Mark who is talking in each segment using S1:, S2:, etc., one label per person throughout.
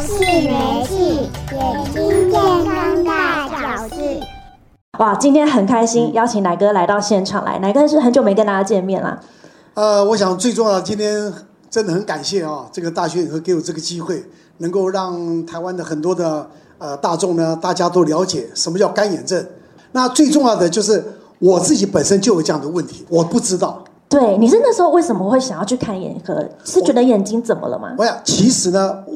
S1: 戏没戏，眼睛健康大小事。
S2: 哇，今天很开
S3: 嗯
S2: 心，邀请奶哥来到现场来。奶哥是很久没跟大家见面了，
S3: 呃，我想最重要，今天真的很感谢啊，这个大学以后给我这个机会，能够让台湾的很多的呃大众呢，大家都了解什么叫干眼症。那最重要的就是我自己本身就有这样的问题，我不知道。
S2: 对，你是那时候为什么会想要去看眼科？是觉得眼睛怎么了吗？
S3: 我想，其实呢，我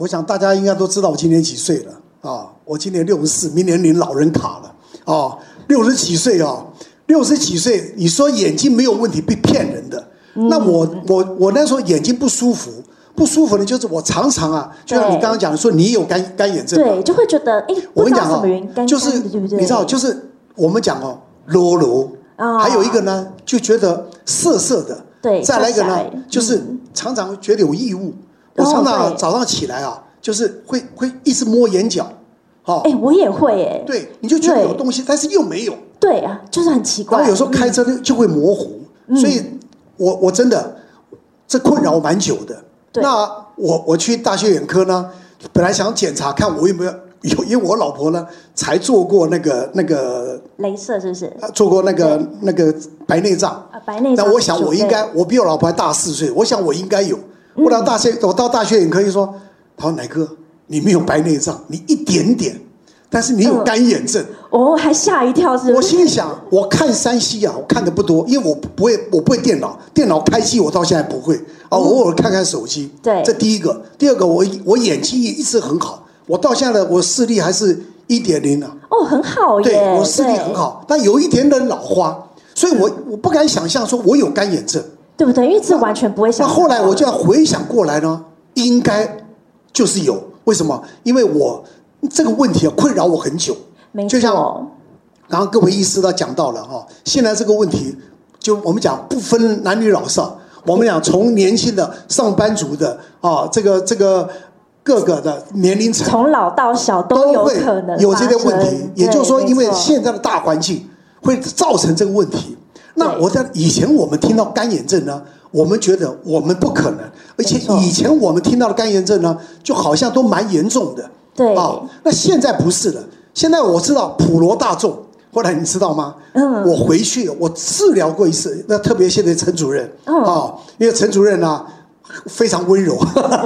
S3: 我想大家应该都知道我今年几岁了啊，我今年六十四，明年领老人卡了啊，六十几岁啊，六十几岁，你说眼睛没有问题，被骗人的。
S2: 嗯
S3: 那我我我那时候眼睛不舒服，不舒服呢，就是我常常啊，就像你
S2: 对
S3: 刚刚讲的说，你有干干眼症吧，
S2: 对，就会觉得哎，不
S3: 我
S2: 知
S3: 跟
S2: 道
S3: 你讲
S2: 什
S3: 哦
S2: 么原因，干，
S3: 就是
S2: 干的对不对？
S3: 你知道，就是我们讲哦，啰啰，
S2: 啊
S3: 还有一个呢，就觉得涩涩的，
S2: 对
S3: 再来一个
S2: 涩涩
S3: 呢
S2: 的，
S3: 就是常常觉得有异物，我
S2: 嗯
S3: 常常
S2: 哦
S3: 啊
S2: 对
S3: 早上起来啊，就是会会一直摸眼角，哦，
S2: 哎，我也会哎，
S3: 对，你就觉得有
S2: 对
S3: 东西，但是又没有，
S2: 对啊，就是很奇
S3: 然
S2: 怪。
S3: 后有时候开车就就会模糊，
S2: 嗯
S3: 所以我我真的这困扰我蛮久的。
S2: 对
S3: 那我我去大学眼科呢，本来想检查看我有没有有，因为我老婆呢才做过那个那个
S2: 镭射是不是？
S3: 呃做过那个那个白内障。
S2: 啊，白内
S3: 那
S2: 障。
S3: 我想我应该，我比我老婆还大四岁，我想我应该有。
S2: 嗯
S3: 我到大学，我到大学眼科就说，他说奶哥，你没有白内障，你一点点，但是你有
S2: 嗯
S3: 干眼症。
S2: 哦，还吓一跳是
S3: 我
S2: 不是？
S3: 心里想，我看山西啊，我看的不多，因为我不会，我不会电脑，电脑开机我到现在不会啊，我偶尔看看手机。
S2: 对
S3: 这第一个，第二个，我我眼睛也一直很好，我到现在我视力还是一点零啊，
S2: 哦，很好耶，
S3: 对我视力
S2: 对
S3: 很，好，但有一点点老花，所以我我不敢想象说我有干眼症。
S2: 对不对？因为这完全不会
S3: 那
S2: 想。
S3: 后来我就要回想过来呢，应该就是有，为什么？因为我这个问题啊困扰我很久，
S2: 没
S3: 就像
S2: 错，
S3: 然后各位医师都讲到了哈、现在这个问题，就我们讲不分男女老少，我们讲从年轻的上班族的啊，这个这个各个的年龄层
S2: 从老到小
S3: 都
S2: 有
S3: 会
S2: 可能
S3: 有这些问
S2: 发
S3: 题
S2: 生。
S3: 也就是说，
S2: 对
S3: 因为
S2: 没错
S3: 现在的大环境会造成这个问题。那
S2: 对
S3: 我在以前我们听到干眼症呢，我们觉得我们不可能，而且
S2: 没错
S3: 以前我们听到的干眼症呢，就好像都蛮严重的。
S2: 对
S3: 啊，那现在不是了。现在我知道普罗大众，后来你知道吗？
S2: 嗯
S3: 我回去我治疗过一次，那特别谢谢陈主任
S2: 嗯
S3: 啊，因为陈主任呢、非常温柔。啊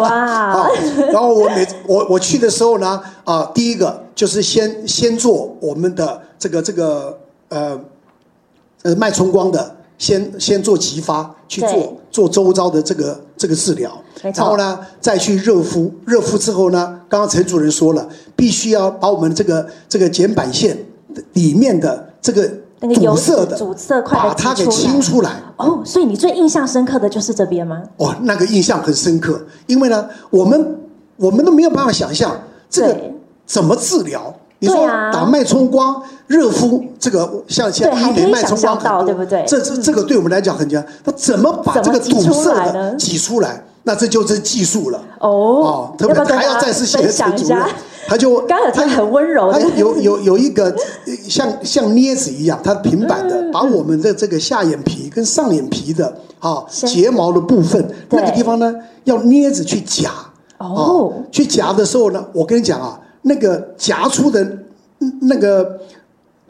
S2: 哇，，
S3: 然后我每我我去的时候呢，啊，第一个就是先先做我们的这个这个呃呃脉冲光的，先先做激发去
S2: 对
S3: 做做周遭的这个这个治疗，
S2: 没
S3: 然
S2: 错
S3: 后呢再去热敷，热敷之后呢，刚刚陈主任说了，必须要把我们这个这个睑板腺里面的这个
S2: 那个
S3: 堵
S2: 油
S3: 塞的
S2: 阻塞块
S3: 把它给
S2: 挤
S3: 清
S2: 出
S3: 出来。
S2: 来。哦，所以你最印象深刻的就是这边吗？
S3: 哦，那个印象很深刻，因为呢，我们我们都没有办法想象这个
S2: 对
S3: 怎么治疗。你
S2: 对
S3: 说
S2: 啊
S3: 打脉冲光、热敷，这个像现在
S2: 对
S3: 医
S2: 还可
S3: 美
S2: 以
S3: 脉冲光
S2: 想象到
S3: 很多
S2: 对不对嗯
S3: 这这这个对我们来讲很简单，那怎么把
S2: 怎
S3: 这
S2: 么
S3: 个
S2: 挤
S3: 堵
S2: 出
S3: 塞
S2: 来
S3: 的
S2: 呢
S3: 挤出来？那这就是技术了。
S2: 哦，
S3: 特
S2: 要
S3: 别
S2: 不要跟
S3: 还
S2: 大
S3: 要
S2: 家
S3: 再次谢
S2: 分
S3: 谢
S2: 享
S3: 陈
S2: 一
S3: 主任
S2: 下？，
S3: 他就
S2: 刚才有
S3: 他
S2: 他很温柔的
S3: 他有有有一个呃像像镊子一样，它平板
S2: 嗯
S3: 的，把我们的这个下眼皮跟上眼皮的啊
S2: 先
S3: 睫毛的部分
S2: 对
S3: 那个地方呢，要镊子去夹。
S2: 哦
S3: 啊去夹的时候呢，我跟你讲啊，那个夹出的嗯那个。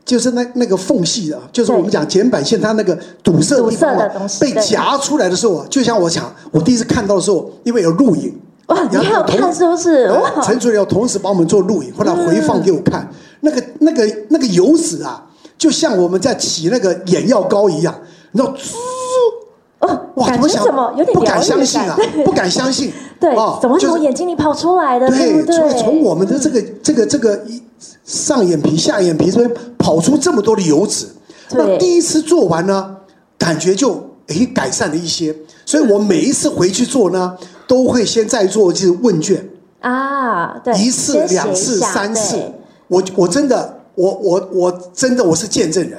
S3: 就是那那个缝隙啊，就是
S2: 对
S3: 我们讲睑板腺它那个堵塞的地方
S2: 堵塞的
S3: 啊
S2: 东，西
S3: 被
S2: 对
S3: 夹出来的时候啊，就像我讲，我第一次看到的时候，因为有录影，
S2: 哇，你
S3: 然后
S2: 还有
S3: 同
S2: 看是不是？
S3: 呃
S2: 哇，
S3: 陈主任有同时帮我们做录
S2: 嗯
S3: 影，后来回放给我看，那个那个那个油脂啊，就像我们在挤那个眼药膏一样，你知道，
S2: 哦，
S3: 哇，
S2: 感觉
S3: 怎么想
S2: 怎么有点
S3: 不敢
S2: 疗愈
S3: 相
S2: 的
S3: 信啊
S2: 感觉，
S3: 不敢相信，
S2: 对
S3: 哦，
S2: 怎么会
S3: 就
S2: 从
S3: 是
S2: 眼睛里跑出来的？不
S3: 对，所以从我
S2: 对？嗯
S3: 们的这个这个这个一上眼皮、下眼皮这边跑出这么多的油脂，
S2: 对
S3: 那第一次做完呢，感觉就诶改善了一些，所以我每一次回去做呢，都会先再做就是问卷。
S2: 啊，对，
S3: 一次
S2: 先、写
S3: 两次、
S2: 下
S3: 三次
S2: 对，
S3: 我我真的，我我我真的我是见证人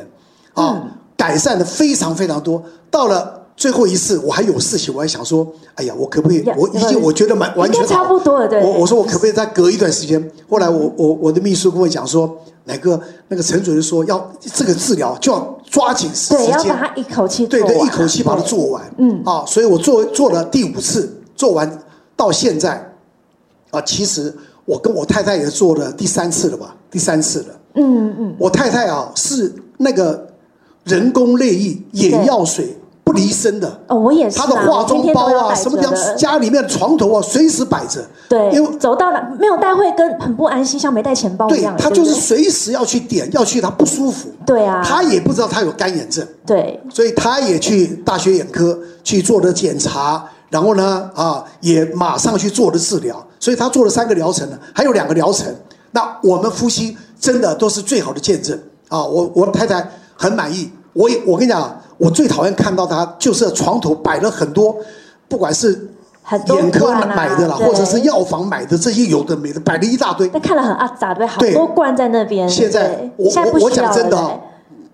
S3: 啊，
S2: 嗯
S3: 改善的非常非常多。到了最后一次，我还有事情，我还想说，哎呀，我可不可以
S2: 呀？
S3: 我已经我觉得蛮完全
S2: 应该差
S3: 好
S2: 不多了对
S3: 我我说我可不可以再隔一段时间？后来我我我的秘书跟我讲说，哪个那个陈主任说要这个治疗就要抓紧时
S2: 对，
S3: 间，
S2: 要把它一口气做
S3: 对
S2: 完，啊
S3: 对，一口气把它
S2: 对
S3: 做完。
S2: 嗯
S3: 啊，所以我做做了第五次，做完到现在，啊，其实我跟我太太也做了第三次了吧，第三次了。
S2: 嗯嗯，
S3: 我太太啊是那个人工泪液眼药水不离身的，
S2: 哦，我也是、
S3: 她
S2: 啊，
S3: 的化
S2: 我
S3: 妆
S2: 天天
S3: 包
S2: 都要
S3: 啊，
S2: 摆
S3: 什么
S2: 着
S3: 地
S2: 的
S3: 方家里面的床头啊，随时摆着。因为
S2: 对，走到哪没有带会跟很不安心，像没带钱包一
S3: 对
S2: 样。
S3: 她
S2: 对
S3: 就
S2: 不
S3: 是
S2: 对
S3: 随时要去点，要去她不舒服，
S2: 对啊，
S3: 她也不知道她有干眼症。
S2: 对
S3: 所以他也去大学眼科去做了检查，然后呢，啊，也马上去做了治疗。所以他做了三个疗程呢，还有两个疗程。那我们夫妻真的都是最好的见证啊！我我太太很满意。我也我跟你讲，啊我最讨厌看到她就是床头摆了很多，不管是
S2: 很多
S3: 眼科
S2: 罐啊
S3: 买的啦，
S2: 对
S3: 或者是药房买的这些有的没的，摆了一大堆。
S2: 但看了很阿杂，对不对，
S3: 对
S2: 好多罐在那边。
S3: 现在
S2: 对
S3: 我
S2: 现在
S3: 我
S2: 不需
S3: 我讲
S2: 要
S3: 真的
S2: 了
S3: 啊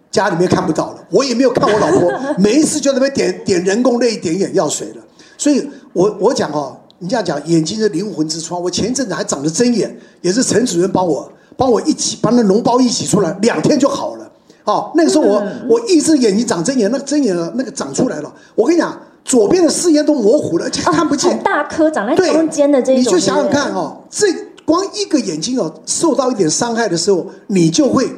S3: 家里面看不到了，我也没有看我老 婆，每一次就在那边点点人工泪、点眼药水了。所以我我讲哦，你这样讲，眼睛是灵魂之窗。我前一阵子还长了针眼，也是陈主任帮我帮我一起把那脓包一起出来，两天就好了。哦，那个时候我、
S2: 嗯
S3: 我一只眼睛长针眼，那个针眼那个长出来了。我跟你讲，左边的视野都模糊了，而且
S2: 对
S3: 看不见。
S2: 很大颗长在
S3: 对，
S2: 中间的这一种，
S3: 你就想想看
S2: 对
S3: 哦，这光一个眼睛哦受到一点伤害的时候，你就会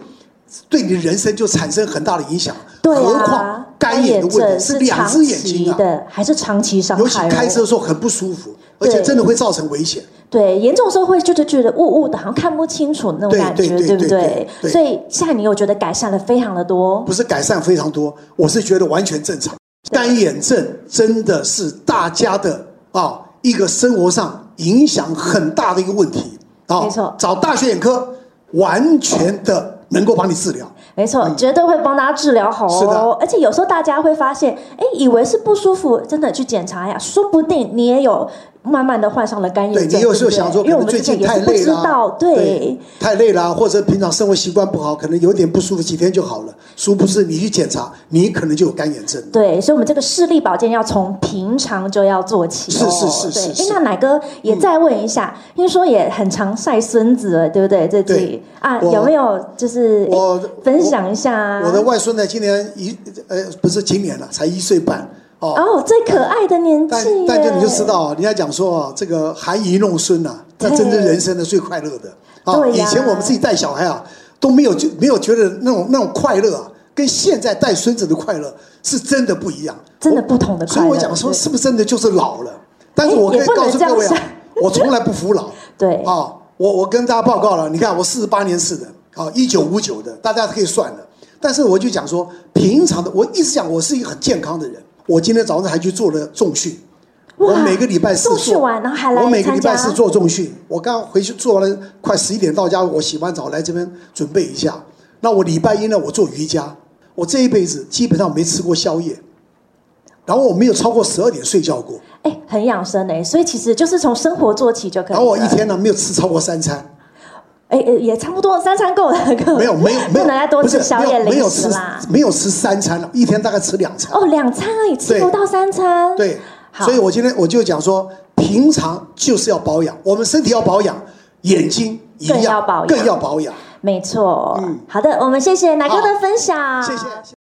S3: 对你的人生就产生很大的影响。
S2: 不对，对
S3: 何
S2: 啊
S3: 况干眼的问
S2: 症
S3: 题
S2: 是
S3: 两只眼
S2: 长
S3: 睛
S2: 期
S3: 啊，
S2: 的，还是长期伤害、哦，
S3: 尤其开车的时候很不舒服，而
S2: 对
S3: 且真的会造成危险。
S2: 对，严重的时候会就是觉得雾雾的，好像看不清楚那种
S3: 对
S2: 感
S3: 对
S2: 觉，
S3: 对
S2: 不
S3: 对对对
S2: 所以现在你有觉得改善了非常的多，哦
S3: 不是改善非常多，我是觉得完全正常。干眼症真的是大家的啊一个生活上影响很大的一个问题啊。
S2: 没错
S3: 找大学眼科完全的能够帮你治疗。
S2: 没错，绝对会帮大家治疗好
S3: 嗯是的
S2: 哦。而且有时候大家会发现，哎，以为是不舒服，真的去检查呀，说不定你也有慢慢的患上了干眼
S3: 对
S2: 症。
S3: 你有时
S2: 哦
S3: 候
S2: 对不对
S3: 想说，可
S2: 因为我们
S3: 能最
S2: 之前
S3: 近
S2: 也
S3: 太
S2: 是不
S3: 累
S2: 知
S3: 了啊
S2: 道，，对，
S3: 太累了啊，或者平常生活习惯不好，可能有点不舒服，几天就好了。殊不知你去检查，你可能就有干眼症。
S2: 对，所以，我们这个视力保健要从平常就要做起哦。
S3: 是是是
S2: 对
S3: 是是嗯
S2: 诶那奶哥也再问一下，因为说也很常晒孙子了，对不对？这
S3: 对
S2: 己啊，
S3: 我
S2: 有没有就是诶
S3: 我
S2: 分享一下啊？
S3: 我的外孙呢，今年一呃不是今年了，才一岁半哦。
S2: 哦，最可爱的年纪
S3: 但
S2: 耶，
S3: 但就你就知道啊，人家讲说啊，这个含饴弄孙呐、那真是
S2: 对
S3: 人生的最快乐的啊。
S2: 对
S3: 以
S2: 呀
S3: 前我们自己带小孩啊，都没有觉没有觉得那种那种快乐啊，跟现在带孙子的快乐是真的不一样。
S2: 真的不同的
S3: 所
S2: 快
S3: 以
S2: 乐。
S3: 我讲说，
S2: 对
S3: 是不是真的就是老了？但是我可以
S2: 哎也不能
S3: 告诉各位
S2: 这
S3: 啊
S2: 样，
S3: 我从来不服老
S2: 对
S3: 啊！我我跟大家报告了，你看我四十八年次的，啊，一九五九的，大家可以算了。但是我就讲说，平常的，我一直讲我是一个很健康的人。我今天早上还去做了重训，
S2: 哇
S3: 我每个礼拜四
S2: 重训
S3: 做
S2: 完然后还来
S3: 我每个礼拜
S2: 参加
S3: 四做重训。我刚回去做完了，快十一点到家，我洗完澡来这边准备一下。那我礼拜一呢，我做瑜伽。我这一辈子基本上没吃过宵夜，然后我没有超过十二点睡觉过，
S2: 哎，很养生哎，所以其实就是从生活做起就可以了。
S3: 然后哦我一天呢没有吃超过三餐，
S2: 哎哎也差不多三餐够了，够了
S3: 没有 没有没
S2: 不
S3: 有，
S2: 能再多
S3: 不是
S2: 吃宵
S3: 没
S2: 夜
S3: 有没
S2: 零
S3: 有
S2: 食
S3: 吃
S2: 啦。
S3: 没有吃三餐了，一天大概吃两餐。
S2: 哦，两餐而已，吃
S3: 对
S2: 不到三餐。
S3: 对，
S2: 好
S3: 所以我今天我就讲说，平常就是要保养，我们身体要保养，眼睛一样
S2: 更要保养
S3: 更要保养。
S2: 没错。
S3: 嗯
S2: 好的，我们谢谢奶哥
S3: 好
S2: 的分享，
S3: 谢谢。